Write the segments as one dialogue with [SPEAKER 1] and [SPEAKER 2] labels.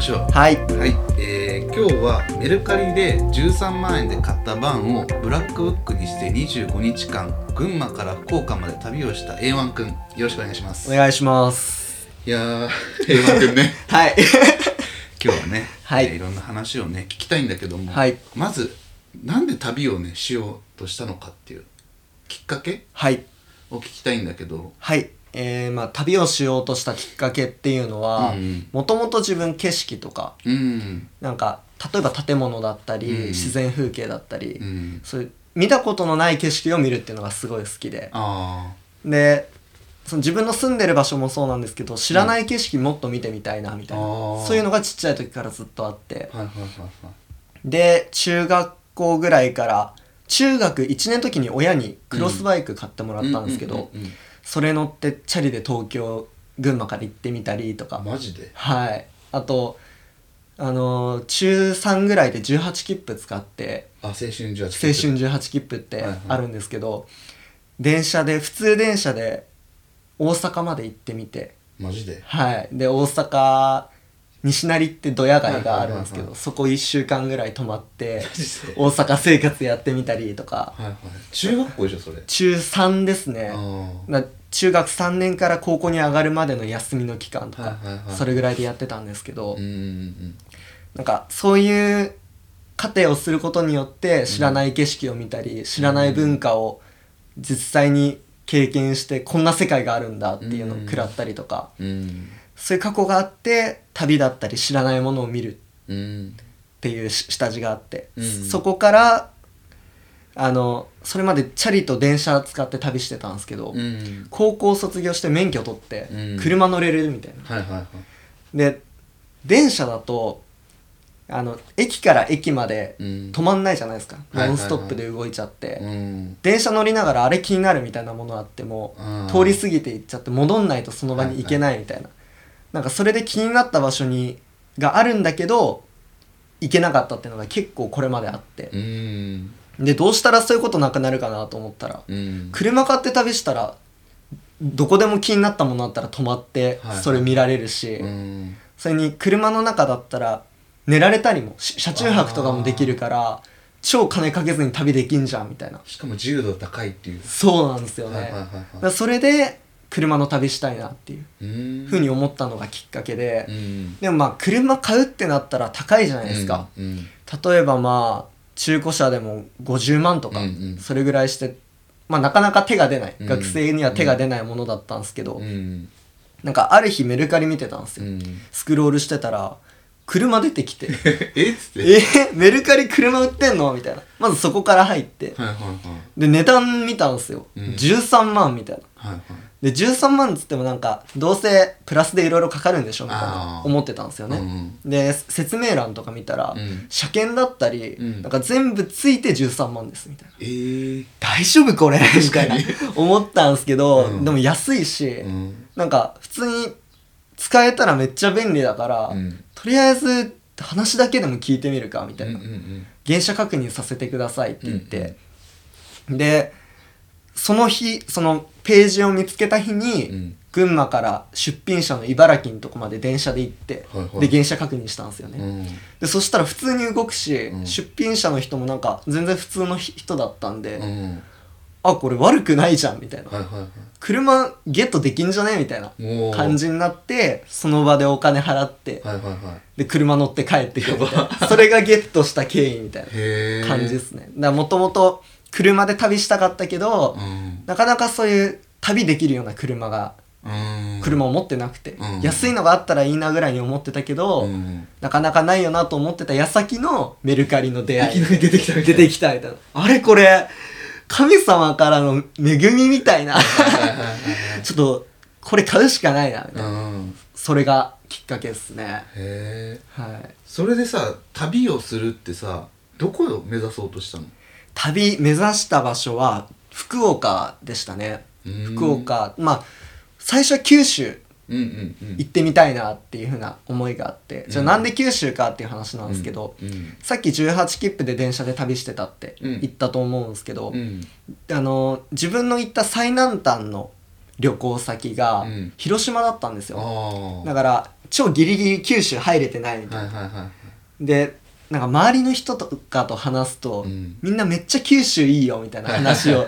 [SPEAKER 1] しょう
[SPEAKER 2] はい
[SPEAKER 1] はい、えー今日はメルカリで13万円で買ったバンをブラックブックにして25日間群馬から福岡まで旅をした A1 くんよろしくお願いします
[SPEAKER 2] お願いします
[SPEAKER 1] いやー A1 くんね
[SPEAKER 2] はい
[SPEAKER 1] 今日はね、
[SPEAKER 2] はい
[SPEAKER 1] えーいろんな話をね聞きたいんだけども、
[SPEAKER 2] はい
[SPEAKER 1] まずなんで旅をねしようとしたのかっていうきっかけ
[SPEAKER 2] はい
[SPEAKER 1] を聞きたいんだけど
[SPEAKER 2] はいえー、まあ旅をしようとしたきっかけっていうのは
[SPEAKER 1] うん
[SPEAKER 2] もともと自分景色とか
[SPEAKER 1] うん
[SPEAKER 2] なんか例えば建物だったり、
[SPEAKER 1] うん
[SPEAKER 2] 自然風景だったり、
[SPEAKER 1] うん
[SPEAKER 2] そういう見たことのない景色を見るっていうのがすごい好きで
[SPEAKER 1] あ
[SPEAKER 2] でその自分の住んでる場所もそうなんですけど知らない景色もっと見てみたいなみたいな、
[SPEAKER 1] あー
[SPEAKER 2] そういうのがちっちゃい時からずっとあって
[SPEAKER 1] あはいはいはいはい
[SPEAKER 2] で中学校ぐらいから中学1年の時に親にクロスバイク買ってもらったんですけど、
[SPEAKER 1] うんうんうん
[SPEAKER 2] それ乗ってチャリで東京群馬から行ってみたりとか
[SPEAKER 1] うんマジで
[SPEAKER 2] はいあとあのー中3ぐらいで18切符使って
[SPEAKER 1] あ青春18
[SPEAKER 2] 青春18切符って
[SPEAKER 1] はいはい
[SPEAKER 2] あるんですけど、電車で普通電車で大阪まで行ってみて
[SPEAKER 1] マジで
[SPEAKER 2] はいで大阪西成ってドヤ街があるんですけ
[SPEAKER 1] はいはいはい
[SPEAKER 2] ど
[SPEAKER 1] は
[SPEAKER 2] そこ1週間ぐらい泊まって
[SPEAKER 1] マジで
[SPEAKER 2] 大阪生活やってみたりとか
[SPEAKER 1] はいはい中学校でしょそれ
[SPEAKER 2] 中3ですね
[SPEAKER 1] あー
[SPEAKER 2] な中学3年から高校に上がるまでの休みの期間とか、
[SPEAKER 1] はいはいはい
[SPEAKER 2] それぐらいでやってたんですけど、
[SPEAKER 1] うんうんうん
[SPEAKER 2] なんかそういう過程をすることによって知らない景色を見たり、知らない文化を実際に経験してこんな世界があるんだっていうのを食らったりとか、
[SPEAKER 1] うん
[SPEAKER 2] そういう過去があって旅だったり知らないものを見るっ
[SPEAKER 1] うん
[SPEAKER 2] ていうし下地があって、
[SPEAKER 1] うん
[SPEAKER 2] そこからあのそれまでチャリと電車使って旅してたんですけど、
[SPEAKER 1] うん
[SPEAKER 2] 高校卒業して免許取って
[SPEAKER 1] うん
[SPEAKER 2] 車乗れるみたいな、
[SPEAKER 1] はいはいはい
[SPEAKER 2] で電車だとあの駅から駅まで
[SPEAKER 1] うん
[SPEAKER 2] 止まんないじゃないですか、
[SPEAKER 1] はいはいはい
[SPEAKER 2] ノンストップで動いちゃって、
[SPEAKER 1] うん
[SPEAKER 2] 電車乗りながらあれ気になるみたいなものあっても
[SPEAKER 1] あー
[SPEAKER 2] 通り過ぎていっちゃって戻んないとその場に行けないみたいな、なんかそれで気になった場所にがあるんだけど行けなかったっていうのが結構これまであって
[SPEAKER 1] う、ん
[SPEAKER 2] でどうしたらそういうことなくなるかなと思ったら
[SPEAKER 1] うん
[SPEAKER 2] 車買って旅したらどこでも気になったものあったら止まって
[SPEAKER 1] はい
[SPEAKER 2] それ見られるし、
[SPEAKER 1] うん
[SPEAKER 2] それに車の中だったら寝られたりもし車中泊とかもできるから超金かけずに旅できんじゃんみたいな
[SPEAKER 1] しかも自由度高いっていう
[SPEAKER 2] そうなんですよね、
[SPEAKER 1] はいはいはい
[SPEAKER 2] だか
[SPEAKER 1] は
[SPEAKER 2] らそれで車の旅したいなっていう
[SPEAKER 1] いうん
[SPEAKER 2] ふうに思ったのがきっかけで、
[SPEAKER 1] うん
[SPEAKER 2] でもまあ車買うってなったら高いじゃないですか、
[SPEAKER 1] うん
[SPEAKER 2] 例えばまあ中古車でも50万とか、
[SPEAKER 1] うんうん
[SPEAKER 2] それぐらいして、まあ、なかなか手が出ない、
[SPEAKER 1] うん
[SPEAKER 2] 学生には手が出ないものだったんですけど、
[SPEAKER 1] うん
[SPEAKER 2] なんかある日メルカリ見てたんです
[SPEAKER 1] う
[SPEAKER 2] よ、
[SPEAKER 1] ん
[SPEAKER 2] スクロールしてたら車出 てきて
[SPEAKER 1] えっつって
[SPEAKER 2] えメルカリ車売ってんのみたいなまずそこから入って
[SPEAKER 1] はいはいはい
[SPEAKER 2] で値段見たんですよ、
[SPEAKER 1] うん
[SPEAKER 2] 13万みたい
[SPEAKER 1] は
[SPEAKER 2] な
[SPEAKER 1] いはい
[SPEAKER 2] で13万っつってもなんかどうせプラスでいろいろかかるんでしょみたいな
[SPEAKER 1] あー
[SPEAKER 2] 思ってたんですよね、
[SPEAKER 1] うん
[SPEAKER 2] で説明欄とか見たら、
[SPEAKER 1] うん
[SPEAKER 2] 車検だったり、
[SPEAKER 1] うん
[SPEAKER 2] なんか全部ついて13万ですみたいな
[SPEAKER 1] えー
[SPEAKER 2] 大丈夫これみたいな
[SPEAKER 1] 確
[SPEAKER 2] 思ったんですけど、
[SPEAKER 1] うん
[SPEAKER 2] でも安いし、
[SPEAKER 1] うん
[SPEAKER 2] なんか普通に使えたらめっちゃ便利だから、
[SPEAKER 1] うん
[SPEAKER 2] とりあえず話だけでも聞いてみるかみた
[SPEAKER 1] う
[SPEAKER 2] い
[SPEAKER 1] ん
[SPEAKER 2] な、
[SPEAKER 1] うん
[SPEAKER 2] 原車確認させてくださいって言って、でその日そのページを見つけた日に、
[SPEAKER 1] うん
[SPEAKER 2] 群馬から出品者の茨城のとこまで電車で行って、
[SPEAKER 1] はいはい
[SPEAKER 2] で原車確認したんですよね、
[SPEAKER 1] うん
[SPEAKER 2] でそしたら普通に動くし、
[SPEAKER 1] うん
[SPEAKER 2] 出品者の人もなんか全然普通のひ人だったんで、
[SPEAKER 1] うん
[SPEAKER 2] あこれ悪くないじゃんみたいな、
[SPEAKER 1] はいはいは
[SPEAKER 2] 車ゲットできんじゃねみたいない
[SPEAKER 1] もう
[SPEAKER 2] 感じになってその場でお金払って、
[SPEAKER 1] はいはいは
[SPEAKER 2] で車乗って帰ってくるみたいなそれがゲットした経緯みたい
[SPEAKER 1] いへ
[SPEAKER 2] な
[SPEAKER 1] え
[SPEAKER 2] 感じですねだからもともと車で旅したかったけど、
[SPEAKER 1] うん
[SPEAKER 2] なかなかそういう旅できるような車が
[SPEAKER 1] うん
[SPEAKER 2] 車を持ってなくて、
[SPEAKER 1] うん
[SPEAKER 2] 安いのがあったらいいなぐらいに思ってたけど、
[SPEAKER 1] うん
[SPEAKER 2] なかなかないよなと思ってた矢先のメルカリの出会い
[SPEAKER 1] いきなり 出てきたみたいな
[SPEAKER 2] 出てきたみたいなあれこれ神様からの恵みみたいな ちょっとこれ買うしかないなみたいな、
[SPEAKER 1] うん
[SPEAKER 2] それがきっかけですね
[SPEAKER 1] へえ
[SPEAKER 2] はい
[SPEAKER 1] それでさ旅をするってさどこを目指そうとしたの
[SPEAKER 2] 旅目指した場所は福岡でしたね
[SPEAKER 1] うん
[SPEAKER 2] 福岡まあ最初は九州
[SPEAKER 1] うんうんうん
[SPEAKER 2] 行ってみたいなっていうふうな思いがあって、じゃあ
[SPEAKER 1] うん
[SPEAKER 2] なんで九州かっていう話なんですけど、
[SPEAKER 1] うん
[SPEAKER 2] さっき18切符で電車で旅してたって
[SPEAKER 1] うん
[SPEAKER 2] 言ったと思うんですけど、
[SPEAKER 1] うん
[SPEAKER 2] あの自分の行った最南端の旅行先が
[SPEAKER 1] うん
[SPEAKER 2] 広島だったんですよ、
[SPEAKER 1] ああ
[SPEAKER 2] だから超ギリギリ九州入れてないみたいな、
[SPEAKER 1] はいはいは
[SPEAKER 2] でなんか周りの人とかと話すと、
[SPEAKER 1] うん
[SPEAKER 2] みんなめっちゃ九州いいよみたい
[SPEAKER 1] い
[SPEAKER 2] な話を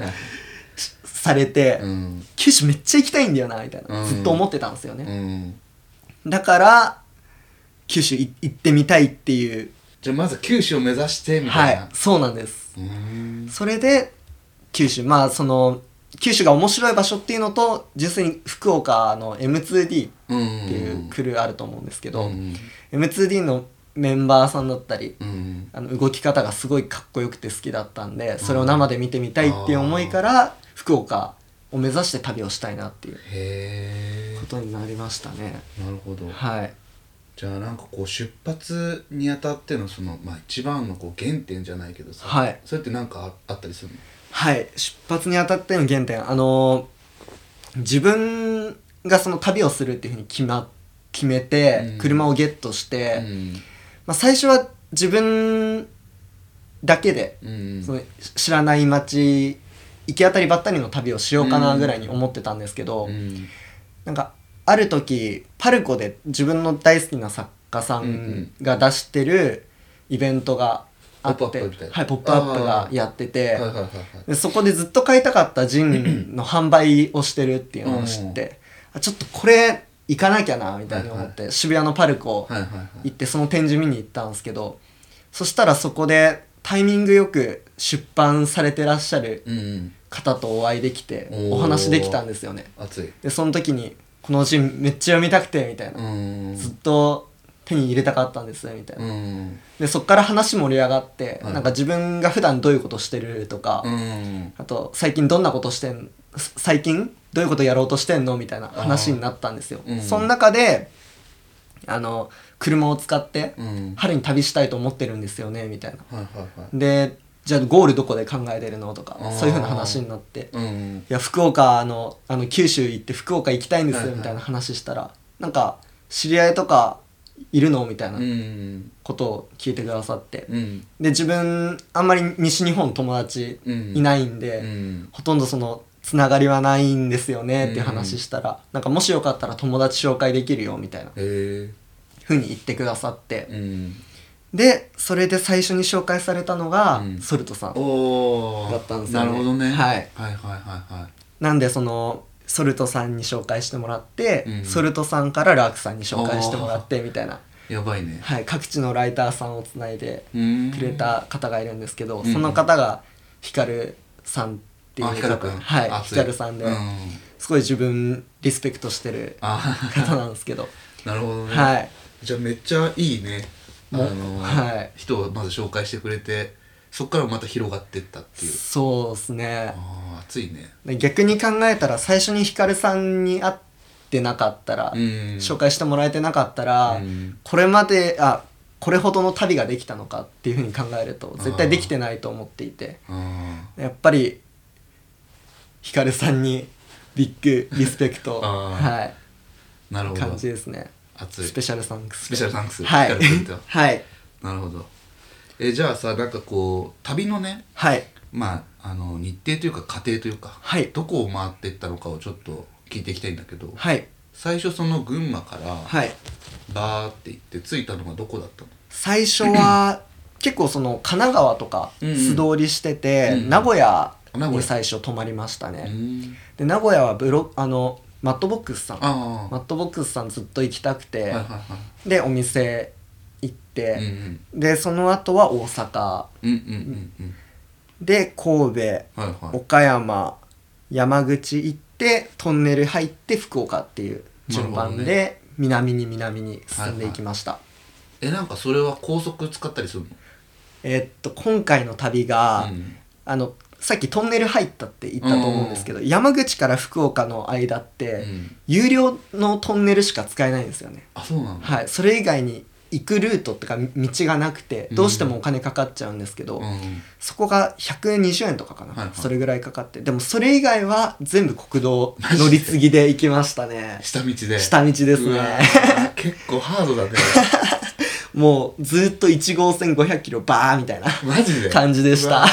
[SPEAKER 2] しされて、
[SPEAKER 1] うん
[SPEAKER 2] 九州めっちゃ行きたいんだよなみたいな、
[SPEAKER 1] うん
[SPEAKER 2] ずっと思ってたんですよ
[SPEAKER 1] う
[SPEAKER 2] ね、
[SPEAKER 1] ん
[SPEAKER 2] だから九州い行ってみたいっていう
[SPEAKER 1] じゃあまず九州を目指してみた
[SPEAKER 2] はいい
[SPEAKER 1] な
[SPEAKER 2] そうなんです
[SPEAKER 1] うーん
[SPEAKER 2] それで九州まあその九州が面白い場所っていうのと純粋に福岡の M2D っ
[SPEAKER 1] うん
[SPEAKER 2] ていうクルーあると思うんですけ
[SPEAKER 1] う
[SPEAKER 2] ど、
[SPEAKER 1] ん
[SPEAKER 2] M2D のメンバーさんだったり
[SPEAKER 1] うん
[SPEAKER 2] あの動き方がすごいかっこよくて好きだったんでそれを生で見てみたいっていう思いから福岡を目指して旅をしたいなっていう
[SPEAKER 1] へ
[SPEAKER 2] ことになりましたね
[SPEAKER 1] えなるほど
[SPEAKER 2] はい
[SPEAKER 1] じゃあなんかこう出発にあたってのそのまあ一番のこう原点じゃないけどさ
[SPEAKER 2] はい
[SPEAKER 1] それってなんかああったりするの
[SPEAKER 2] はい出発にあたっての原点あのー自分がその旅をするっていうふうに決,、ま、決めて
[SPEAKER 1] うん
[SPEAKER 2] 車をゲットして、
[SPEAKER 1] うん
[SPEAKER 2] まあ、最初は自分だけで
[SPEAKER 1] うん
[SPEAKER 2] その知らない街行き当たりばったりの旅をしようかなぐらいに思ってたんですけど、
[SPEAKER 1] うん
[SPEAKER 2] なんかある時パルコで自分の大好きな作家さんが出してるイベントがあって、
[SPEAKER 1] ポップアップみたいな
[SPEAKER 2] はい、ポップアップがやってて、
[SPEAKER 1] はいはいはいはい
[SPEAKER 2] でそこでずっと買いたかったジンの販売をしてるっていうのを知って、あちょっとこれ行かなきゃなみたいに思って、渋谷のパルコ
[SPEAKER 1] はいはいはい
[SPEAKER 2] 行ってその展示見に行ったんですけどそしたらそこでタイミングよく出版されてらっしゃる
[SPEAKER 1] うん
[SPEAKER 2] 方とお会いできて
[SPEAKER 1] おー
[SPEAKER 2] お話できたんですよね。
[SPEAKER 1] 熱い
[SPEAKER 2] でその時に「この字めっちゃ読みたくて」みたいな、
[SPEAKER 1] うん
[SPEAKER 2] ずっと手に入れたかったんですみたいな、
[SPEAKER 1] うん
[SPEAKER 2] でそっから話盛り上がって、
[SPEAKER 1] はい
[SPEAKER 2] なんか自分が普段どういうことしてるとか、
[SPEAKER 1] うん
[SPEAKER 2] あと最近どんなことしてんす最近どういうことやろうとしてんのみたいな話になったんですよ、
[SPEAKER 1] うん
[SPEAKER 2] その中であの車を使って
[SPEAKER 1] うん
[SPEAKER 2] 春に旅したいと思ってるんですよねみたいな
[SPEAKER 1] はいはいはい
[SPEAKER 2] でじゃあゴールどこで考えてるのとか
[SPEAKER 1] あー
[SPEAKER 2] そういうふうな話になって
[SPEAKER 1] うん
[SPEAKER 2] いや福岡のあの九州行って福岡行きたいんです
[SPEAKER 1] はい
[SPEAKER 2] よ
[SPEAKER 1] はい
[SPEAKER 2] みたいな話したら、なんか知り合いとかいるのみたいな
[SPEAKER 1] うん
[SPEAKER 2] ことを聞いてくださって、
[SPEAKER 1] うん
[SPEAKER 2] で自分あんまり西日本友達いないんで、
[SPEAKER 1] うん
[SPEAKER 2] ほとんどそのつながりはないんですよねっていう話したら、なんかもしよかったら友達紹介できるよみたいな
[SPEAKER 1] へえ
[SPEAKER 2] 風に言ってくださって、
[SPEAKER 1] うん
[SPEAKER 2] でそれで最初に紹介されたのが、
[SPEAKER 1] うん
[SPEAKER 2] ソルトさん
[SPEAKER 1] おー
[SPEAKER 2] だったんですよね
[SPEAKER 1] なるほどね、
[SPEAKER 2] はい
[SPEAKER 1] はいはいはいはい
[SPEAKER 2] なんでそのソルトさんに紹介してもらって、
[SPEAKER 1] うん
[SPEAKER 2] ソルトさんからラークさんに紹介してもらってみたいな、
[SPEAKER 1] やばいね
[SPEAKER 2] はい、各地のライターさんをつないで
[SPEAKER 1] うーん
[SPEAKER 2] くれた方がいるんですけど、
[SPEAKER 1] うん
[SPEAKER 2] その方がヒカルさんっていう
[SPEAKER 1] あヒカルくん
[SPEAKER 2] はい
[SPEAKER 1] 熱い
[SPEAKER 2] ヒカルさんで、
[SPEAKER 1] うん
[SPEAKER 2] すごい自分リスペクトしてる
[SPEAKER 1] あ
[SPEAKER 2] 方なんですけど
[SPEAKER 1] なるほどね、
[SPEAKER 2] はい
[SPEAKER 1] じゃあめっちゃいいねあ
[SPEAKER 2] も
[SPEAKER 1] の、
[SPEAKER 2] はい
[SPEAKER 1] 人をまず紹介してくれてそっからまた広がってったっていう
[SPEAKER 2] そうですね
[SPEAKER 1] ああ熱いね
[SPEAKER 2] で逆に考えたら最初にヒカルさんに会ってなかったら、
[SPEAKER 1] うん
[SPEAKER 2] 紹介してもらえてなかったら、
[SPEAKER 1] うん
[SPEAKER 2] これまであこれほどの旅ができたのかっていうふうに考えると絶対できてないと思っていて
[SPEAKER 1] あ
[SPEAKER 2] やっぱりヒカルさんにビッグリスペクト
[SPEAKER 1] あー
[SPEAKER 2] は
[SPEAKER 1] ーなるほ
[SPEAKER 2] い
[SPEAKER 1] ど
[SPEAKER 2] 感じですね
[SPEAKER 1] 熱い
[SPEAKER 2] スペシャルサンクス
[SPEAKER 1] スペシャルサンクス
[SPEAKER 2] はい
[SPEAKER 1] ヒカル君と
[SPEAKER 2] はい
[SPEAKER 1] なるほどえじゃあさなんかこう旅のね
[SPEAKER 2] はい
[SPEAKER 1] まああの日程というか過程というか、
[SPEAKER 2] はい
[SPEAKER 1] どこを回っていったのかをちょっと聞いていきたいんだけど、
[SPEAKER 2] はい
[SPEAKER 1] 最初その群馬から
[SPEAKER 2] はい
[SPEAKER 1] バーって行って着いたのがどこだったの
[SPEAKER 2] 最初 は結構その神奈川とか
[SPEAKER 1] うんうん
[SPEAKER 2] 素通りしてて、
[SPEAKER 1] うんうん
[SPEAKER 2] 名古屋
[SPEAKER 1] 名古
[SPEAKER 2] に
[SPEAKER 1] 屋
[SPEAKER 2] 最初泊まりましたね、
[SPEAKER 1] うん
[SPEAKER 2] で名古屋はブロあのマットボックスさん
[SPEAKER 1] ああ
[SPEAKER 2] マットボックスさんずっと行きたくて、
[SPEAKER 1] はいはいはい
[SPEAKER 2] でお店行
[SPEAKER 1] うん
[SPEAKER 2] っ
[SPEAKER 1] う
[SPEAKER 2] て、
[SPEAKER 1] ん
[SPEAKER 2] でその後は大阪
[SPEAKER 1] うんうんうん
[SPEAKER 2] で神戸、
[SPEAKER 1] うんはいはい
[SPEAKER 2] 岡山山口行ってトンネル入って福岡っていう順番で、
[SPEAKER 1] な
[SPEAKER 2] 南に南に進んでいきました、
[SPEAKER 1] えなんかそれは高速使ったりするの
[SPEAKER 2] えーっと今回の旅が、
[SPEAKER 1] うん
[SPEAKER 2] あのさっきトンネル入ったって言ったと思うんですけど、山口から福岡の間って、
[SPEAKER 1] うん
[SPEAKER 2] 有料のトンネルしか使えないんですよね
[SPEAKER 1] あそうなの
[SPEAKER 2] はい、それ以外に行くルートってか道がなくて
[SPEAKER 1] うん
[SPEAKER 2] どうしてもお金かかっちゃうんですけど、
[SPEAKER 1] うん
[SPEAKER 2] そこが120円とかかな、
[SPEAKER 1] はいはい
[SPEAKER 2] それぐらいかかってでもそれ以外は全部国道乗り継ぎで行きまし たね
[SPEAKER 1] 下道で
[SPEAKER 2] 下道です
[SPEAKER 1] うわ
[SPEAKER 2] ね
[SPEAKER 1] ー結構ハードだ ね
[SPEAKER 2] もうずっと1号線500キロバーみたいな
[SPEAKER 1] マジで
[SPEAKER 2] 感じでし
[SPEAKER 1] う
[SPEAKER 2] た
[SPEAKER 1] わ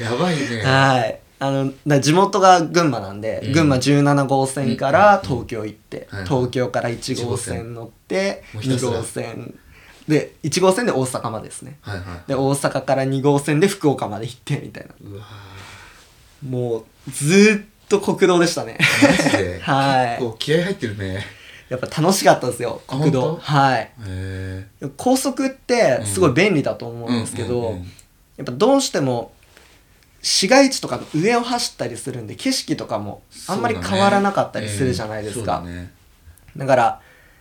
[SPEAKER 1] やばいね
[SPEAKER 2] はいあのな地元が群馬なんで、
[SPEAKER 1] うん
[SPEAKER 2] 群馬17号線から東京行って、
[SPEAKER 1] はいはい
[SPEAKER 2] 東京から1号線乗って
[SPEAKER 1] もうひたすら
[SPEAKER 2] 2号線で1号線で大阪までですね
[SPEAKER 1] はいは
[SPEAKER 2] で大阪から2号線で福岡まで行ってみたいない
[SPEAKER 1] うわ
[SPEAKER 2] もうずーっと国道でしたね
[SPEAKER 1] ーマジで
[SPEAKER 2] はい
[SPEAKER 1] 結構気合入ってるね
[SPEAKER 2] やっぱ楽しかったですよ
[SPEAKER 1] あ
[SPEAKER 2] 国
[SPEAKER 1] 本
[SPEAKER 2] 道
[SPEAKER 1] 当
[SPEAKER 2] はい
[SPEAKER 1] へ
[SPEAKER 2] 高速ってすごい便利だと思うんですけど、
[SPEAKER 1] うんうんうん
[SPEAKER 2] やっぱどうしても市街地とかの上を走ったりするんで景色とかもあんまり変わらなかったりするじゃないですかだ,、
[SPEAKER 1] そうだね
[SPEAKER 2] から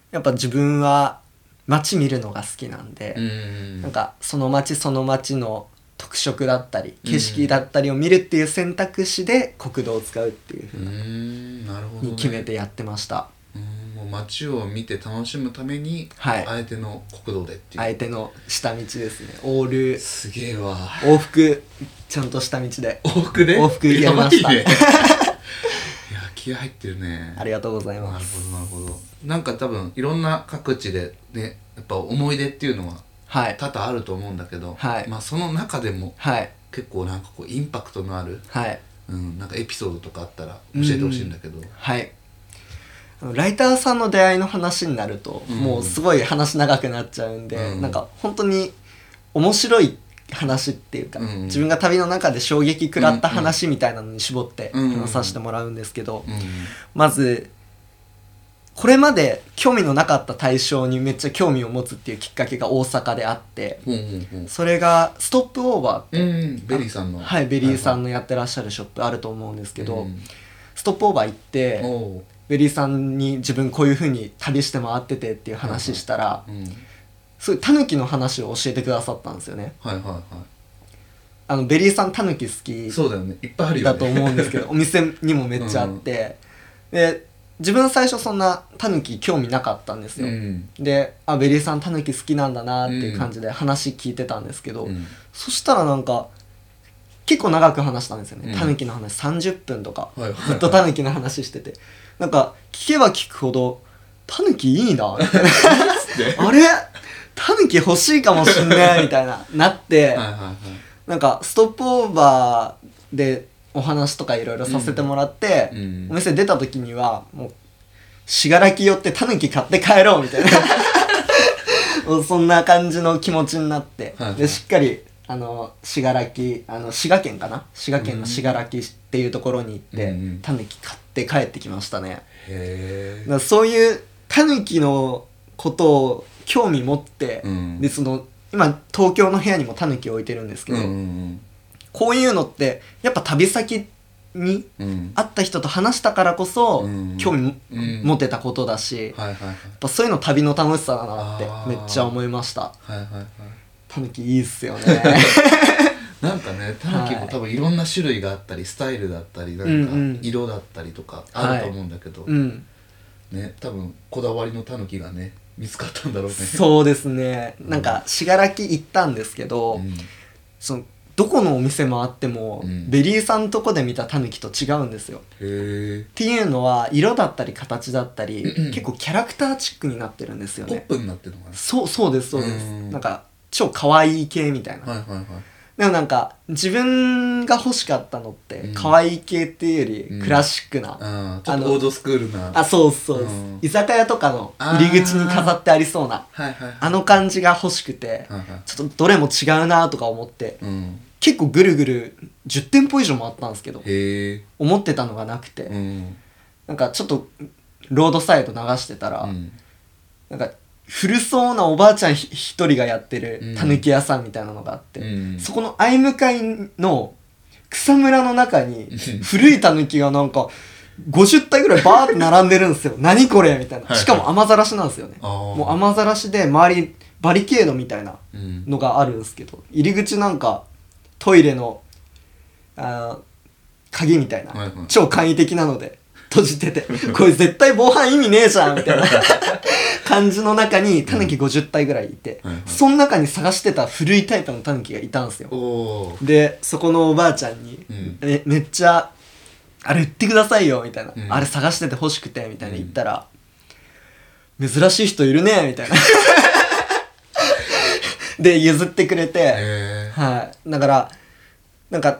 [SPEAKER 2] やっぱ自分は街見るのが好きなんで、
[SPEAKER 1] うんうん
[SPEAKER 2] なんかその街その街の特色だったり景色だったりを見るっていう選択肢で国道を使うっていうふ
[SPEAKER 1] う
[SPEAKER 2] う
[SPEAKER 1] んなるほど、ね、
[SPEAKER 2] に決めてやってまし
[SPEAKER 1] うん
[SPEAKER 2] た、
[SPEAKER 1] もう街を見て楽しむために、
[SPEAKER 2] はい
[SPEAKER 1] あえての国道でっていう、
[SPEAKER 2] 相手の下道ですねオール
[SPEAKER 1] すげえわ
[SPEAKER 2] 往復ちゃんと下道で
[SPEAKER 1] 往復で
[SPEAKER 2] 往復やりました
[SPEAKER 1] やばい ねいや気合入ってるね
[SPEAKER 2] ありがとうござい
[SPEAKER 1] な
[SPEAKER 2] ま
[SPEAKER 1] る
[SPEAKER 2] す
[SPEAKER 1] ほどなるほどなんか多分いろんな各地でねやっぱ思い出っていうのは
[SPEAKER 2] はい
[SPEAKER 1] 多々あると思うんだけど、
[SPEAKER 2] はい
[SPEAKER 1] まあその中でも
[SPEAKER 2] はい
[SPEAKER 1] 結構なんかこうインパクトのある、
[SPEAKER 2] はい
[SPEAKER 1] うん、なんかエピソードとかあったら教えてほしいんだけど、
[SPEAKER 2] はいあのライターさんの出会いの話になると、
[SPEAKER 1] うん
[SPEAKER 2] もうすごい話長くなっちゃうんで、
[SPEAKER 1] うん
[SPEAKER 2] なんか本当に面白い話っていうか、
[SPEAKER 1] うん
[SPEAKER 2] 自分が旅の中で衝撃食らった話みたいなのに絞って
[SPEAKER 1] うん
[SPEAKER 2] 話させてもらうんですけど、
[SPEAKER 1] うん
[SPEAKER 2] まずこれまで興味のなかった対象にめっちゃ興味を持つっていうきっかけが大阪であって
[SPEAKER 1] ほうほうほう
[SPEAKER 2] それがストップオーバ
[SPEAKER 1] うんベリーさん
[SPEAKER 2] ー
[SPEAKER 1] の
[SPEAKER 2] はいベリーさ
[SPEAKER 1] の
[SPEAKER 2] んのやってらっしゃるショップあると思うんですけど、
[SPEAKER 1] うん
[SPEAKER 2] ストップオーバー行って。
[SPEAKER 1] おう
[SPEAKER 2] ベリーさんに自分こういう風に旅して回っててっていう話したら
[SPEAKER 1] うん
[SPEAKER 2] そういうタヌキの話を教えてくださったんですよね
[SPEAKER 1] はいはいは
[SPEAKER 2] あのベリーさんタヌキ好
[SPEAKER 1] い
[SPEAKER 2] き
[SPEAKER 1] そうだよねいっぱいあるよ
[SPEAKER 2] だ
[SPEAKER 1] ね
[SPEAKER 2] と思うんで すけど、お店にもめっちゃあって、で自分最初そんなタヌキ興味なかったんです
[SPEAKER 1] う
[SPEAKER 2] よ、
[SPEAKER 1] ん
[SPEAKER 2] であベリーさんタヌキ好きなんだなっていう感じで話聞いてたんですけど、
[SPEAKER 1] うん
[SPEAKER 2] そしたらなんか結構長く話したんですよ
[SPEAKER 1] う
[SPEAKER 2] ね、
[SPEAKER 1] ん
[SPEAKER 2] タヌキの話30分とか、
[SPEAKER 1] はいはいはい
[SPEAKER 2] ずっとタヌキの話しててなんか聞けば聞くほどタヌキいいな あれタヌキ欲しいかもしんないみたいななって、
[SPEAKER 1] はいはいはい
[SPEAKER 2] なんかストップオーバーでお話とかいろいろさせてもらって、
[SPEAKER 1] うんうん
[SPEAKER 2] お店出た時にはもう信楽寄ってタヌキ買って帰ろうみた いなもうそんな感じの気持ちになって、
[SPEAKER 1] はいはい
[SPEAKER 2] でしっかりあの信楽あの滋賀県かな滋賀県の信楽っていうところに行って、
[SPEAKER 1] うんうん
[SPEAKER 2] タヌキ買って帰ってきましたね。
[SPEAKER 1] へ
[SPEAKER 2] だからそういうタヌキのことを興味持って、
[SPEAKER 1] うん
[SPEAKER 2] でその今東京の部屋にもタヌキ置いてるんですけ
[SPEAKER 1] えう
[SPEAKER 2] ど、
[SPEAKER 1] んうん
[SPEAKER 2] こういうのってやっぱ旅先に
[SPEAKER 1] うんうん
[SPEAKER 2] 会った人と話したからこそ、
[SPEAKER 1] うん
[SPEAKER 2] 興味も
[SPEAKER 1] うん
[SPEAKER 2] 持てたことだし、やっ
[SPEAKER 1] はいはいはい
[SPEAKER 2] ぱそういうの旅の楽しさだなって
[SPEAKER 1] あー
[SPEAKER 2] めっちゃ思いました
[SPEAKER 1] はいはいはい
[SPEAKER 2] タヌキいいっす よね
[SPEAKER 1] なんかねタヌキ
[SPEAKER 2] は
[SPEAKER 1] も
[SPEAKER 2] い
[SPEAKER 1] 多分いろんな種類があったりスタイルだったりな
[SPEAKER 2] うんうんん
[SPEAKER 1] か色だったりとかあると思うんだけど、
[SPEAKER 2] うん
[SPEAKER 1] ね多分こだわりのタヌキがね見つかったんだろうね
[SPEAKER 2] そうですねなんか信楽行ったんですけど、
[SPEAKER 1] ん
[SPEAKER 2] そのどこのお店回っても、
[SPEAKER 1] うん
[SPEAKER 2] ベリーさんとこで見たタヌキと違うんですよ
[SPEAKER 1] へえ
[SPEAKER 2] っていうのは色だったり形だったり結構キャラクターチックになってるんですよ
[SPEAKER 1] ポッ
[SPEAKER 2] ね
[SPEAKER 1] プになってるのかな
[SPEAKER 2] そうそうですそうです
[SPEAKER 1] うん
[SPEAKER 2] なんか超可愛い系みたいな、
[SPEAKER 1] はいはいはい
[SPEAKER 2] でもなんか自分が欲しかったのって、
[SPEAKER 1] うん
[SPEAKER 2] 可愛い系っていうよ
[SPEAKER 1] うん
[SPEAKER 2] りクラシックな、
[SPEAKER 1] あーちょっ
[SPEAKER 2] あの
[SPEAKER 1] とオールドスクールな
[SPEAKER 2] あそうそうです、
[SPEAKER 1] うん
[SPEAKER 2] 居酒屋とかの入り口に飾ってありそうな
[SPEAKER 1] はいはいはい
[SPEAKER 2] あの感じが欲しくて、
[SPEAKER 1] はいはい
[SPEAKER 2] ちょっとどれも違うなとか思って
[SPEAKER 1] うん
[SPEAKER 2] 結構ぐるぐる10店舗以上もあったんですけど
[SPEAKER 1] へえ
[SPEAKER 2] 思ってたのがなくて、
[SPEAKER 1] うん
[SPEAKER 2] なんかちょっとロードサイド流してたら、
[SPEAKER 1] うん
[SPEAKER 2] なんか古そうなおばあちゃんひ一人がやって
[SPEAKER 1] う
[SPEAKER 2] る
[SPEAKER 1] ん
[SPEAKER 2] たぬき屋さんみたいなのがあって、
[SPEAKER 1] うん
[SPEAKER 2] そこの相向かいの草むらの中に
[SPEAKER 1] うん
[SPEAKER 2] 古いたぬきがなんか50体ぐらいバーって並んでるんですよ 何これみたい
[SPEAKER 1] はいは
[SPEAKER 2] ないしかも雨ざらしなんですよね
[SPEAKER 1] あー
[SPEAKER 2] もう雨ざらしで周りバリケードみたいな
[SPEAKER 1] うん
[SPEAKER 2] のがあるんですけど入り口なんかトイレのあー鍵みたいな、
[SPEAKER 1] はいはい
[SPEAKER 2] 超簡易的なので閉じ ててこれ絶対防犯意味ねえじゃんみたいな感じの中にタヌキ50体ぐらいいて、
[SPEAKER 1] はいはい
[SPEAKER 2] その中に探してた古いタイプのタヌキがいたんですよ
[SPEAKER 1] おお
[SPEAKER 2] でそこのおばあちゃんに、
[SPEAKER 1] うん
[SPEAKER 2] えめっちゃ「あれ売ってくださいよ」みたいな、
[SPEAKER 1] うん
[SPEAKER 2] あれ探してて欲しくて」みたいな言ったら「珍しい人いるね」みたいな で譲ってくれて、
[SPEAKER 1] へえ
[SPEAKER 2] はいだからなんか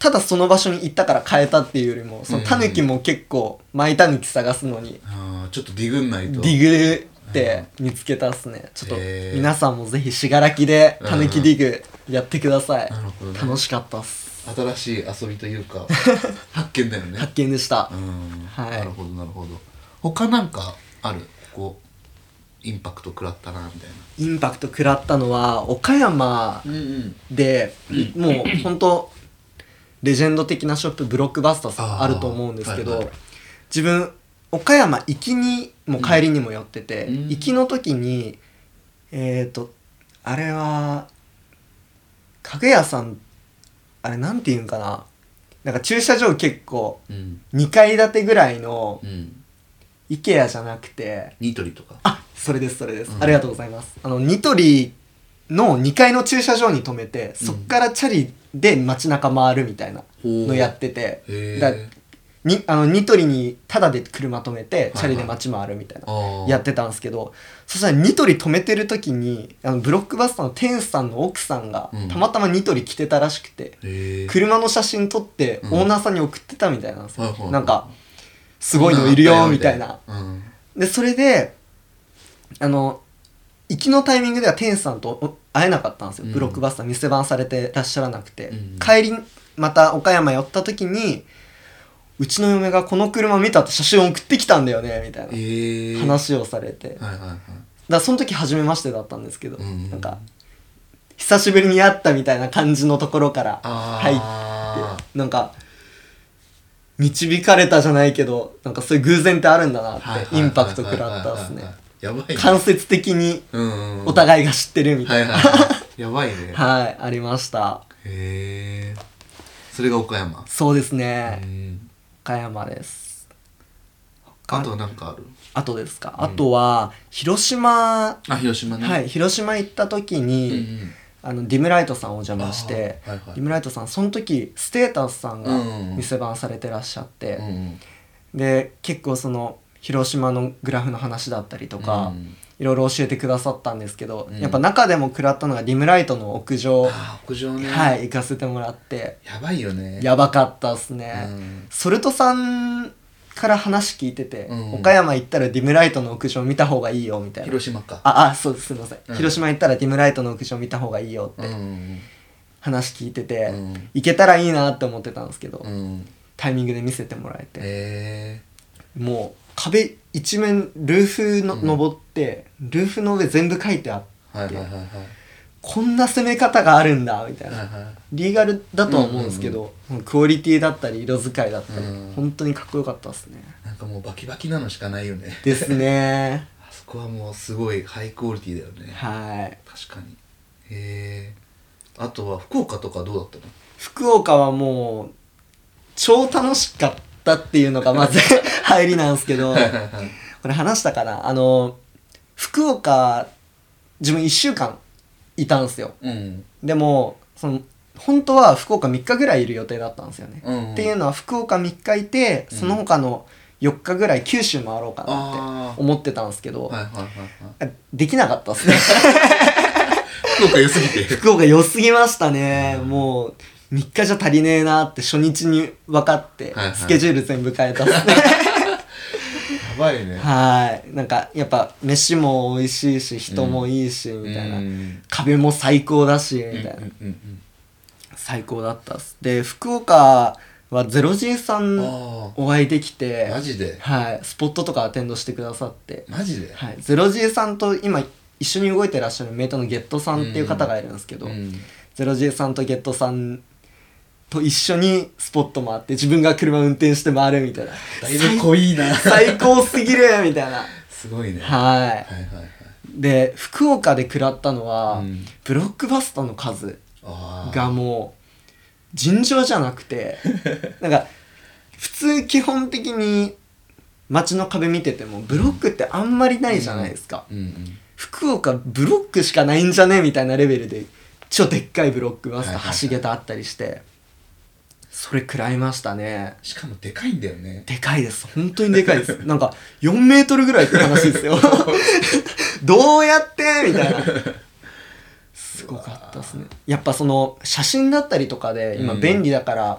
[SPEAKER 2] ただその場所に行ったから変えたっていうよりもその
[SPEAKER 1] うん
[SPEAKER 2] タヌキも結構マイタヌキ探すのに
[SPEAKER 1] あーちょっとディグんない
[SPEAKER 2] デ
[SPEAKER 1] と
[SPEAKER 2] ィグって見つけたっすねちょっと
[SPEAKER 1] へー
[SPEAKER 2] 皆さんもぜひ信楽でタヌキディグやってください
[SPEAKER 1] なるほどね
[SPEAKER 2] 楽しかったっす
[SPEAKER 1] 新しい遊びという か発見だよね
[SPEAKER 2] 発見でした
[SPEAKER 1] うん、
[SPEAKER 2] はい
[SPEAKER 1] なるほどなるほど他なんかあるこうインパクト食らったなみたい
[SPEAKER 2] インパクト食らったのは岡山
[SPEAKER 1] なうんうん
[SPEAKER 2] でもう本当レジェンド的なショップブロックバスターさんあると思うんですけど、
[SPEAKER 1] あーはいはい
[SPEAKER 2] 自分岡山行きにも帰りにも寄ってて、
[SPEAKER 1] うん
[SPEAKER 2] 行きの時にえっ、ー、とあれは家具屋さんあれなんていうんかななんか駐車場結構
[SPEAKER 1] うん
[SPEAKER 2] 2階建てぐらいの
[SPEAKER 1] うん、
[SPEAKER 2] IKEA じゃなくて
[SPEAKER 1] ニトリとか
[SPEAKER 2] あそれですそれです、
[SPEAKER 1] うん
[SPEAKER 2] ありがとうございますあのニトリの2階の駐車場に停めてそっからチャリで街中回るみたいなのやってて、
[SPEAKER 1] へ
[SPEAKER 2] だ
[SPEAKER 1] え
[SPEAKER 2] にあのニトリにタダで車止めて
[SPEAKER 1] い
[SPEAKER 2] チャリで街回るみたいな、
[SPEAKER 1] あ
[SPEAKER 2] やってたんですけどそしたらニトリ止めてる時にあのブロックバスターの店主さんの奥さんが
[SPEAKER 1] うん
[SPEAKER 2] たまたまニトリ来てたらしくて、
[SPEAKER 1] て
[SPEAKER 2] 車の写真撮って
[SPEAKER 1] うん
[SPEAKER 2] オーナーさんに送ってたみたいなんですよ、
[SPEAKER 1] はいはいはい
[SPEAKER 2] なんかすごいのいるよみたいな
[SPEAKER 1] うん
[SPEAKER 2] でそれであの行きのタイミングでは天さんとお会えなかったんですよ、
[SPEAKER 1] うん
[SPEAKER 2] ブロックバスター店番されてらっしゃらなくて、
[SPEAKER 1] うん
[SPEAKER 2] 帰りまた岡山寄った時にうちの嫁がこの車見たって写真送ってきたんだよねみたいな
[SPEAKER 1] ええ
[SPEAKER 2] 話をされて、だか
[SPEAKER 1] はいはいはい
[SPEAKER 2] らその時初めましてだったんですけど、
[SPEAKER 1] うん
[SPEAKER 2] なんか久しぶりに会ったみたいな感じのところから入って
[SPEAKER 1] あ
[SPEAKER 2] なんか導かれたじゃないけどなんかそういう偶然ってあるんだな
[SPEAKER 1] ーはい
[SPEAKER 2] ってインパクト食らったっすね
[SPEAKER 1] やばいね
[SPEAKER 2] 間接的に
[SPEAKER 1] うんうん
[SPEAKER 2] お互いが知ってるみた
[SPEAKER 1] はいいはいはいやばい ね
[SPEAKER 2] なはいありました
[SPEAKER 1] へえそれが岡山
[SPEAKER 2] そうです
[SPEAKER 1] う
[SPEAKER 2] ね
[SPEAKER 1] ん
[SPEAKER 2] 岡山です
[SPEAKER 1] あとはなんかある
[SPEAKER 2] あとですかあとは広島
[SPEAKER 1] あ広島ね
[SPEAKER 2] はい広島行った時
[SPEAKER 1] うんう
[SPEAKER 2] に
[SPEAKER 1] ん
[SPEAKER 2] あのディムライトさんお邪魔して
[SPEAKER 1] あーはいはい
[SPEAKER 2] ディムライトさんその時ステータスさんが
[SPEAKER 1] うんうん
[SPEAKER 2] 店番されてらっしゃって
[SPEAKER 1] うんうん
[SPEAKER 2] で結構その広島のグラフの話だったりとか、
[SPEAKER 1] うん
[SPEAKER 2] いろいろ教えてくださったんですけど、
[SPEAKER 1] うん
[SPEAKER 2] やっぱ中でも食らったのがリムライトの屋上、
[SPEAKER 1] あー屋上ね
[SPEAKER 2] はい行かせてもらって
[SPEAKER 1] やばいよね
[SPEAKER 2] やばかったっすね、
[SPEAKER 1] うん
[SPEAKER 2] ソルトさんから話聞いてて、
[SPEAKER 1] うん
[SPEAKER 2] 岡山行ったらディムライトの屋上見た方がいいよみたいな
[SPEAKER 1] 広島か
[SPEAKER 2] ああそうですすいません、
[SPEAKER 1] うん
[SPEAKER 2] 広島行ったらディムライトの屋上見た方がいいよっ
[SPEAKER 1] うんう
[SPEAKER 2] て
[SPEAKER 1] ん
[SPEAKER 2] 話聞いてて、
[SPEAKER 1] うん
[SPEAKER 2] 行けたらいいなって思ってたんですけど、
[SPEAKER 1] うん
[SPEAKER 2] タイミングで見せてもらえて、
[SPEAKER 1] へ
[SPEAKER 2] もう壁一面ルーフの、
[SPEAKER 1] うん
[SPEAKER 2] 登ってルーフの上全部書いてあって
[SPEAKER 1] えはいはいはいはい
[SPEAKER 2] こんな攻め方があるんだみたいな、
[SPEAKER 1] はいはい
[SPEAKER 2] リーガルだとは思うんですけど、もうクオリティだったり色使いだったり、
[SPEAKER 1] うん
[SPEAKER 2] 本当にかっこよかったですね
[SPEAKER 1] なんかもうバキバキなのしかないよね
[SPEAKER 2] です ね
[SPEAKER 1] あそこはもうすごいハイクオリティだよね
[SPEAKER 2] はい
[SPEAKER 1] 確かにへえあとは福岡とかどうだったの
[SPEAKER 2] 福岡はもう超楽しかったっていうのがまず入りなんですけどこれ話したかなあの福岡自分1週間いたんですよ
[SPEAKER 1] うん
[SPEAKER 2] でもその本当は福岡3日ぐらいいる予定だったんですよね、
[SPEAKER 1] うん
[SPEAKER 2] っていうのは福岡3日いて
[SPEAKER 1] うん
[SPEAKER 2] その他の4日ぐらい九州回ろうかなって
[SPEAKER 1] ああ
[SPEAKER 2] 思ってたんですけど、
[SPEAKER 1] はいはいはいはい
[SPEAKER 2] できなかっ たですね
[SPEAKER 1] 福岡良すぎて
[SPEAKER 2] 福岡良すぎましたね、
[SPEAKER 1] うん
[SPEAKER 2] もう3日じゃ足りねえなって初日に分かって、
[SPEAKER 1] はいはい
[SPEAKER 2] スケジュール全部変えたっすね
[SPEAKER 1] やばいね
[SPEAKER 2] はいなんかやっぱ飯も美味しいし人もいいし、みたいな、
[SPEAKER 1] うん
[SPEAKER 2] 壁も最高だしみたいな、
[SPEAKER 1] うんうん
[SPEAKER 2] 最高だったっすで福岡はゼロ人さ
[SPEAKER 1] うんんあ
[SPEAKER 2] お会いできて
[SPEAKER 1] あマジで
[SPEAKER 2] はい、スポットとかアテンドしてくださって、
[SPEAKER 1] マジで
[SPEAKER 2] はい、ゼロ G さんと今一緒に動いてらっしゃるメイトのゲットさんっていう方がいるんですけど、
[SPEAKER 1] うん
[SPEAKER 2] ゼロ G さんとゲットさんと一緒にスポット回って自分が車運転して回るみたいな
[SPEAKER 1] だいぶ濃いな
[SPEAKER 2] 最高すぎるみたいな
[SPEAKER 1] すごいねは
[SPEAKER 2] はい
[SPEAKER 1] いはいはい
[SPEAKER 2] で福岡で食らったのは、
[SPEAKER 1] うん
[SPEAKER 2] ブロックバスターの数
[SPEAKER 1] ああ
[SPEAKER 2] がもう尋常じゃなく てなんか普通基本的に街の壁見ててもブロックってあんまりないじゃないですか、
[SPEAKER 1] うんうん
[SPEAKER 2] 福岡ブロックしかないんじゃねみたいなレベルでちょでっかいブロックバス
[SPEAKER 1] はい
[SPEAKER 2] タ
[SPEAKER 1] はいはい
[SPEAKER 2] 橋桁あったりしてそれ食らいましたね
[SPEAKER 1] しかもでかいんだよね
[SPEAKER 2] でかいです本当にでかいです なんか4メートル ぐらいって話ですよどうやってみたいなすごかったですねやっぱその写真だったりとかで今便利だから、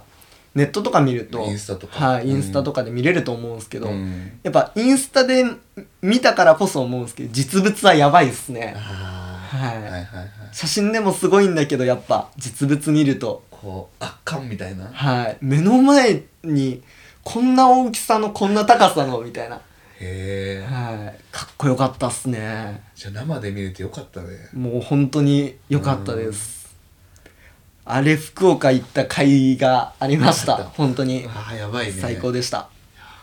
[SPEAKER 2] ネットとか見ると
[SPEAKER 1] インスタとか
[SPEAKER 2] はい、インスタとかで見れると思うんですけど、
[SPEAKER 1] うん
[SPEAKER 2] やっぱインスタで見たからこそ思うんですけど実物はやばいですね
[SPEAKER 1] あ
[SPEAKER 2] は
[SPEAKER 1] ーは
[SPEAKER 2] い、
[SPEAKER 1] いはいはい
[SPEAKER 2] 写真でもすごいんだけどやっぱ実物見ると
[SPEAKER 1] こう圧巻みたいな
[SPEAKER 2] はい目の前にこんな大きさのこんな高さのみたいな
[SPEAKER 1] へえ
[SPEAKER 2] はいかっこよかったっすね
[SPEAKER 1] じゃあ生で見れてよかったね
[SPEAKER 2] もう本当に良かったですあれ福岡行った甲斐がありまし
[SPEAKER 1] よ
[SPEAKER 2] た
[SPEAKER 1] かった
[SPEAKER 2] 本当に
[SPEAKER 1] ああやばいね
[SPEAKER 2] 最高でした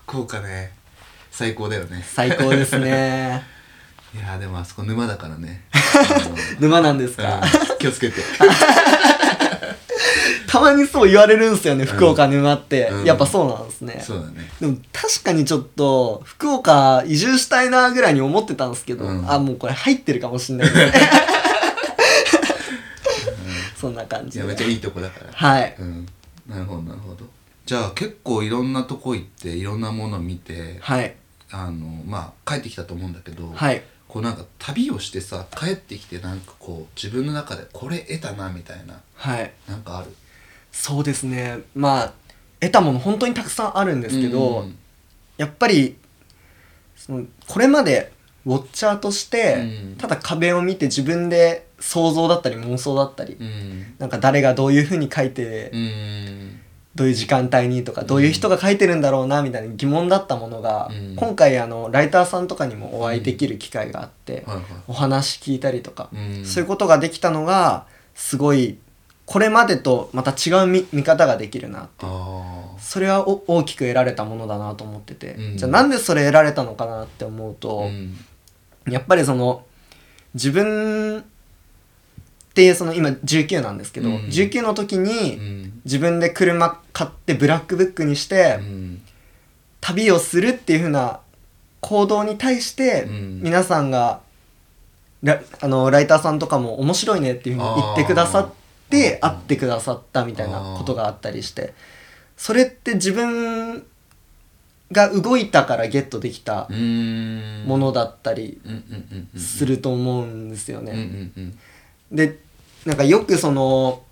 [SPEAKER 1] 福岡ね最高だよね
[SPEAKER 2] 最高です ね
[SPEAKER 1] いやーでもあそこ沼だから ね
[SPEAKER 2] 沼なんです
[SPEAKER 1] う
[SPEAKER 2] か、
[SPEAKER 1] ん気をつけて
[SPEAKER 2] たまにそう言われるんですよね福岡沼って、
[SPEAKER 1] うん
[SPEAKER 2] やっぱそうなんですね
[SPEAKER 1] そうだね
[SPEAKER 2] でも確かにちょっと福岡移住したいなぐらいに思ってたんですけど、
[SPEAKER 1] うん
[SPEAKER 2] あもうこれ入ってるかもしんないですね そんな感
[SPEAKER 1] い
[SPEAKER 2] じ
[SPEAKER 1] や
[SPEAKER 2] で
[SPEAKER 1] めっちゃいいとこだから
[SPEAKER 2] はい
[SPEAKER 1] うんなるほどなるほどじゃあ結構いろんなとこ行っていろんなもの見て
[SPEAKER 2] はい
[SPEAKER 1] あのまあ帰ってきたと思うんだけど、
[SPEAKER 2] はい
[SPEAKER 1] こうなんか旅をしてさ帰ってきてなんかこう自分の中でこれ得たなみたいな
[SPEAKER 2] はい
[SPEAKER 1] なんかある
[SPEAKER 2] そうですねまあ得たもの本当にたくさんあるんですけど、
[SPEAKER 1] うん
[SPEAKER 2] やっぱりそのこれまでウォッチャーとして、
[SPEAKER 1] うん
[SPEAKER 2] ただ壁を見て自分で想像だったり妄想だったり、
[SPEAKER 1] うん
[SPEAKER 2] なんか誰がどういう風に書いて
[SPEAKER 1] うん
[SPEAKER 2] どういう時間帯にとかどういう人が書いてるんだろうなみたいな疑問だったものが、
[SPEAKER 1] うん
[SPEAKER 2] 今回あのライターさんとかにもお会いできる機会があって、
[SPEAKER 1] はいはい
[SPEAKER 2] お話聞いたりとか、
[SPEAKER 1] うん
[SPEAKER 2] そういうことができたのがすごいこれまでとまた違う見見方ができるな
[SPEAKER 1] あ
[SPEAKER 2] それはお大きく得られたものだなと思ってて、
[SPEAKER 1] うん
[SPEAKER 2] じゃあなんでそれ得られたのかなって思う
[SPEAKER 1] あ
[SPEAKER 2] と
[SPEAKER 1] う、ん
[SPEAKER 2] やっぱりその自分ってその今19なんですけど、
[SPEAKER 1] うん
[SPEAKER 2] 19の時
[SPEAKER 1] う
[SPEAKER 2] に、
[SPEAKER 1] ん
[SPEAKER 2] 自分で車買ってブラックブックにして、
[SPEAKER 1] うん
[SPEAKER 2] 旅をするっていう風な行動に対して、
[SPEAKER 1] うん
[SPEAKER 2] 皆さんがラあのライターさんとかも面白いねっていう風に言ってくださって
[SPEAKER 1] あー
[SPEAKER 2] 会ってくださったみたいなことがあったりしてそれって自分が動いたからゲットできた
[SPEAKER 1] うん
[SPEAKER 2] ものだったり
[SPEAKER 1] うんうんうんうん
[SPEAKER 2] すると思うんですよね。
[SPEAKER 1] うんうんうん
[SPEAKER 2] でなんかよくその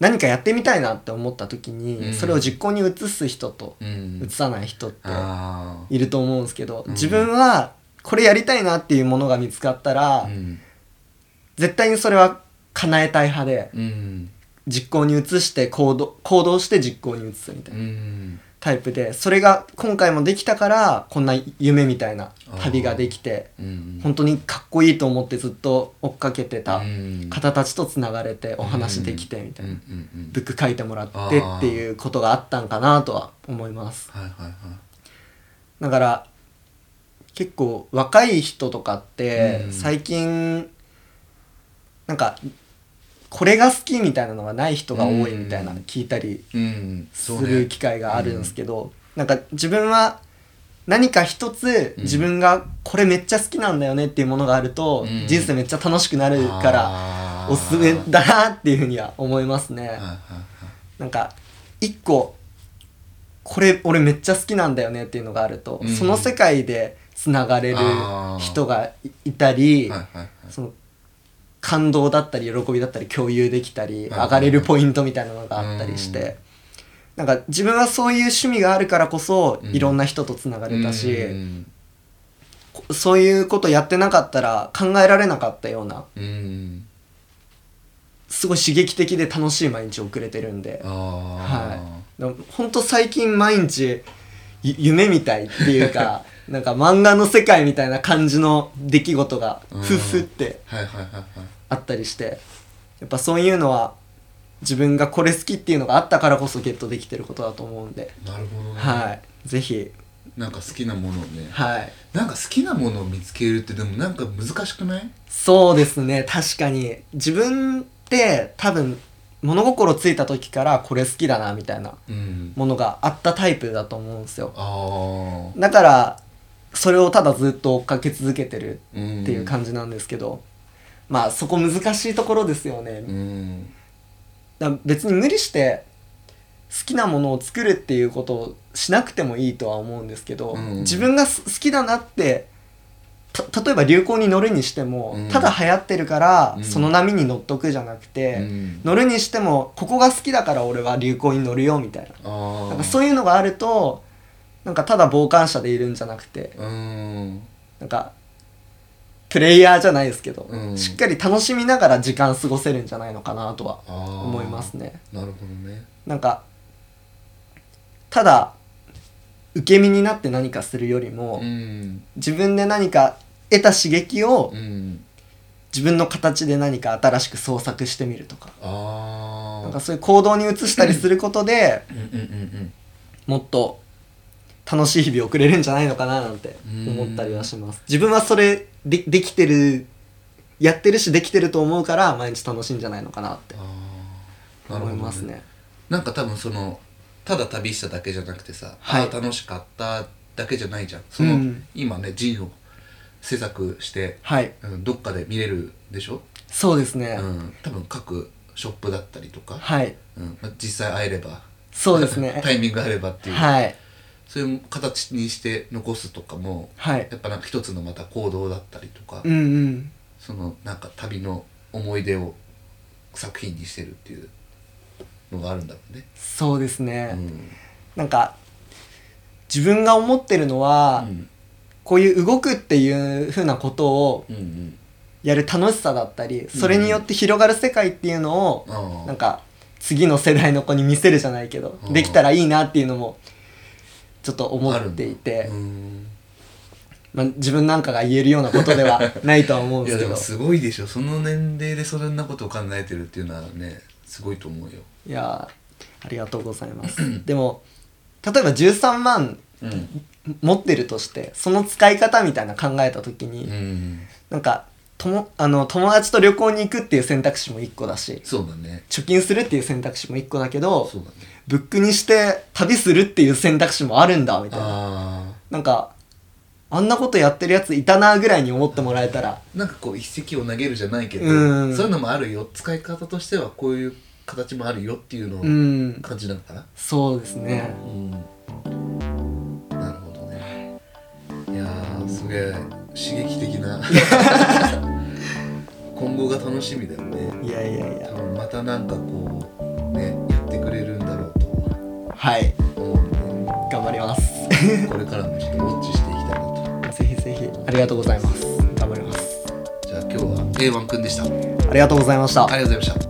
[SPEAKER 2] 何かやってみたいなって思った時に、
[SPEAKER 1] うん
[SPEAKER 2] それを実行に移す人と
[SPEAKER 1] うん
[SPEAKER 2] 移さない人って
[SPEAKER 1] あ
[SPEAKER 2] いると思うんですけど、
[SPEAKER 1] うん
[SPEAKER 2] 自分はこれやりたいなっていうものが見つかった
[SPEAKER 1] あ
[SPEAKER 2] ら、
[SPEAKER 1] うん
[SPEAKER 2] 絶対にそれは叶えたい派で
[SPEAKER 1] うん
[SPEAKER 2] 実行に移して行動行動して実行に移すみたいうなんタイプでそれが今回もできたからこんな夢みたいな旅ができて
[SPEAKER 1] うん
[SPEAKER 2] 本当にかっこいいと思ってずっと追っかけてた
[SPEAKER 1] うん
[SPEAKER 2] 方たちとつながれてお話できてみたいな
[SPEAKER 1] うんうんうん
[SPEAKER 2] ブック書いてもらってっていうことがあったんかなとは思います
[SPEAKER 1] はいはいはい
[SPEAKER 2] だから結構若い人とかって
[SPEAKER 1] うん
[SPEAKER 2] 最近なんかこれが好きみたいなのがない人が多いみたいな
[SPEAKER 1] うん
[SPEAKER 2] 聞いたり
[SPEAKER 1] うん
[SPEAKER 2] す
[SPEAKER 1] そうね
[SPEAKER 2] る機会があるんですけどなんか自分は何か一つ自分がこれめっちゃ好きなんだよねっていうものがあると
[SPEAKER 1] うん
[SPEAKER 2] 人生めっちゃ楽しくなるから
[SPEAKER 1] ら
[SPEAKER 2] おすすめだなっていうふうには思いますね。
[SPEAKER 1] はいはい
[SPEAKER 2] なんか一個これ俺めっちゃ好きなんだよねっていうのがあると、
[SPEAKER 1] うん
[SPEAKER 2] その世界でつながれる
[SPEAKER 1] あー
[SPEAKER 2] 人がいいたり、
[SPEAKER 1] はいはいはいはい
[SPEAKER 2] その感動だったり喜びだったり共有できたり、
[SPEAKER 1] はいはい
[SPEAKER 2] 上がれるポイントみたいなのがあったりして、なんか自分はそういう趣味があるからこそ、
[SPEAKER 1] うん
[SPEAKER 2] いろんな人とつながれたし、
[SPEAKER 1] うん
[SPEAKER 2] こそういうことやってなかったら考えられなかったような
[SPEAKER 1] うん
[SPEAKER 2] すごい刺激的で楽しい毎日を送れてるんで。は
[SPEAKER 1] あ
[SPEAKER 2] い、だからほんと最近毎日ゆ夢みたいってい うかなんか漫画の世界みたいな感じの出来事が
[SPEAKER 1] うん
[SPEAKER 2] ふっふって
[SPEAKER 1] あはいはいはいはい
[SPEAKER 2] あったりしてやっぱそういうのは自分がこれ好きっていうのがあったからこそゲットできてることだと思うんで、
[SPEAKER 1] なるほどね
[SPEAKER 2] はいぜひ
[SPEAKER 1] なんか好きなものをね
[SPEAKER 2] はい
[SPEAKER 1] なんか好きなものを見つけるってでもなんか難しくない
[SPEAKER 2] そうですね確かに自分って多分物心ついた時からこれ好きだなみたいな
[SPEAKER 1] うん
[SPEAKER 2] ものがあったタイプだと思うんですよ
[SPEAKER 1] ああ
[SPEAKER 2] だからそれをただずっと追っかけ続けて
[SPEAKER 1] っ
[SPEAKER 2] るっていう感じなんですけど、まあそこ難しいところですよね、
[SPEAKER 1] うん
[SPEAKER 2] だから別に無理して好きなものを作るっていうことをしなくてもいいとは思うんですけど、
[SPEAKER 1] うん
[SPEAKER 2] 自分がす好きだなってた例えば流行に乗るにしても、
[SPEAKER 1] うん
[SPEAKER 2] ただ流行ってるから、
[SPEAKER 1] うん
[SPEAKER 2] その波に乗っとくじゃなくて、
[SPEAKER 1] うん
[SPEAKER 2] 乗るにしてもここが好きだから俺は流行に乗るよみたいな
[SPEAKER 1] あ
[SPEAKER 2] なん
[SPEAKER 1] あ
[SPEAKER 2] かそういうのがあるとなんかただ傍観者でいるんじゃなくて
[SPEAKER 1] うーん
[SPEAKER 2] なんかプレイヤーじゃないですけど、
[SPEAKER 1] うん
[SPEAKER 2] しっかり楽しみながら時間過ごせるんじゃないのかなとは
[SPEAKER 1] 思
[SPEAKER 2] 思いますね。
[SPEAKER 1] なるほどね
[SPEAKER 2] なんかただ受け身になって何かするよりも、
[SPEAKER 1] うん
[SPEAKER 2] 自分で何か得た刺激を
[SPEAKER 1] うん
[SPEAKER 2] 自分の形で何か新しく創作してみるとか
[SPEAKER 1] ああ
[SPEAKER 2] なんかそういう行動に移したりすることで
[SPEAKER 1] うんうんうん
[SPEAKER 2] もっと楽しい日々を送れるんじゃないのかななんて思ったりはします自分はそれでできてるやってるしできてると思うから毎日楽しいんじゃないのかなって
[SPEAKER 1] ああなるほ
[SPEAKER 2] 思
[SPEAKER 1] ど
[SPEAKER 2] いますね
[SPEAKER 1] なんか多分そのただ旅しただけじゃなくてさ、
[SPEAKER 2] はい
[SPEAKER 1] ああ楽しかっただけじゃないじゃんその、
[SPEAKER 2] うん
[SPEAKER 1] 今ねジンを制作して、
[SPEAKER 2] はい
[SPEAKER 1] うん、どっかで見れるでしょ、
[SPEAKER 2] そうですね、
[SPEAKER 1] うん、多分各ショップだったりとか、
[SPEAKER 2] はい
[SPEAKER 1] うんまあ、実際会えれば
[SPEAKER 2] そうです ね
[SPEAKER 1] タイミングがあればっていう、
[SPEAKER 2] はい
[SPEAKER 1] そういう形にして残すとかも
[SPEAKER 2] はい
[SPEAKER 1] やっぱなんか一つのまた行動だったりとか、
[SPEAKER 2] うんうん
[SPEAKER 1] そのなんか旅の思い出を作品にしてるっていうのがあるんだろうね。
[SPEAKER 2] そうですね、
[SPEAKER 1] うん
[SPEAKER 2] なんか自分が思ってるのは、
[SPEAKER 1] うん
[SPEAKER 2] こういう動くっていう風なことを
[SPEAKER 1] うんうん
[SPEAKER 2] やる楽しさだったりそれによって広がる世界っていうのを、
[SPEAKER 1] ああ
[SPEAKER 2] なんか次の世代の子に見せるじゃないけど、
[SPEAKER 1] うん
[SPEAKER 2] できたらいいなっていうのもちょっと思っていて、
[SPEAKER 1] うーん
[SPEAKER 2] まあ、自分なんかが言えるようなことで はないとは思う
[SPEAKER 1] い
[SPEAKER 2] んで
[SPEAKER 1] や
[SPEAKER 2] すけ
[SPEAKER 1] で
[SPEAKER 2] ど
[SPEAKER 1] もすごいでしょその年齢でそんなことを考えてるっていうのはねすごいと思うよ
[SPEAKER 2] いやーありがとうございますでも例えば13万
[SPEAKER 1] うん
[SPEAKER 2] 持ってるとしてその使い方みたいな考えた時に、
[SPEAKER 1] うん
[SPEAKER 2] なんかともあの友達と旅行に行くっていう選択肢も1個だし
[SPEAKER 1] そうだね
[SPEAKER 2] 貯金するっていう選択肢も1個だけど
[SPEAKER 1] そうだね
[SPEAKER 2] ブックにして旅するっていう選択肢もあるんだみたいな
[SPEAKER 1] あ
[SPEAKER 2] なんかあんなことやってるやついたなぐらいに思ってもらえたら
[SPEAKER 1] あなんかこう一石を投げるじゃないけど
[SPEAKER 2] うん
[SPEAKER 1] そういうのもあるよ使い方としてはこういう形もあるよっていうのを
[SPEAKER 2] うん
[SPEAKER 1] 感じなのかな
[SPEAKER 2] そうですね
[SPEAKER 1] うんなるほどねいやーすげえ刺激的 な今後が楽しみだよね
[SPEAKER 2] いやいやい
[SPEAKER 1] 多
[SPEAKER 2] や
[SPEAKER 1] 分またなんかこうねやってくれるんだろうと
[SPEAKER 2] はい
[SPEAKER 1] 思うんで
[SPEAKER 2] 頑張ります
[SPEAKER 1] これからもちょっとウォッチしていきたいなと
[SPEAKER 2] ぜひぜひありがとうございます頑張ります
[SPEAKER 1] じゃあ今日は A1 くんでしたあり
[SPEAKER 2] ありがとうございました
[SPEAKER 1] がとうございました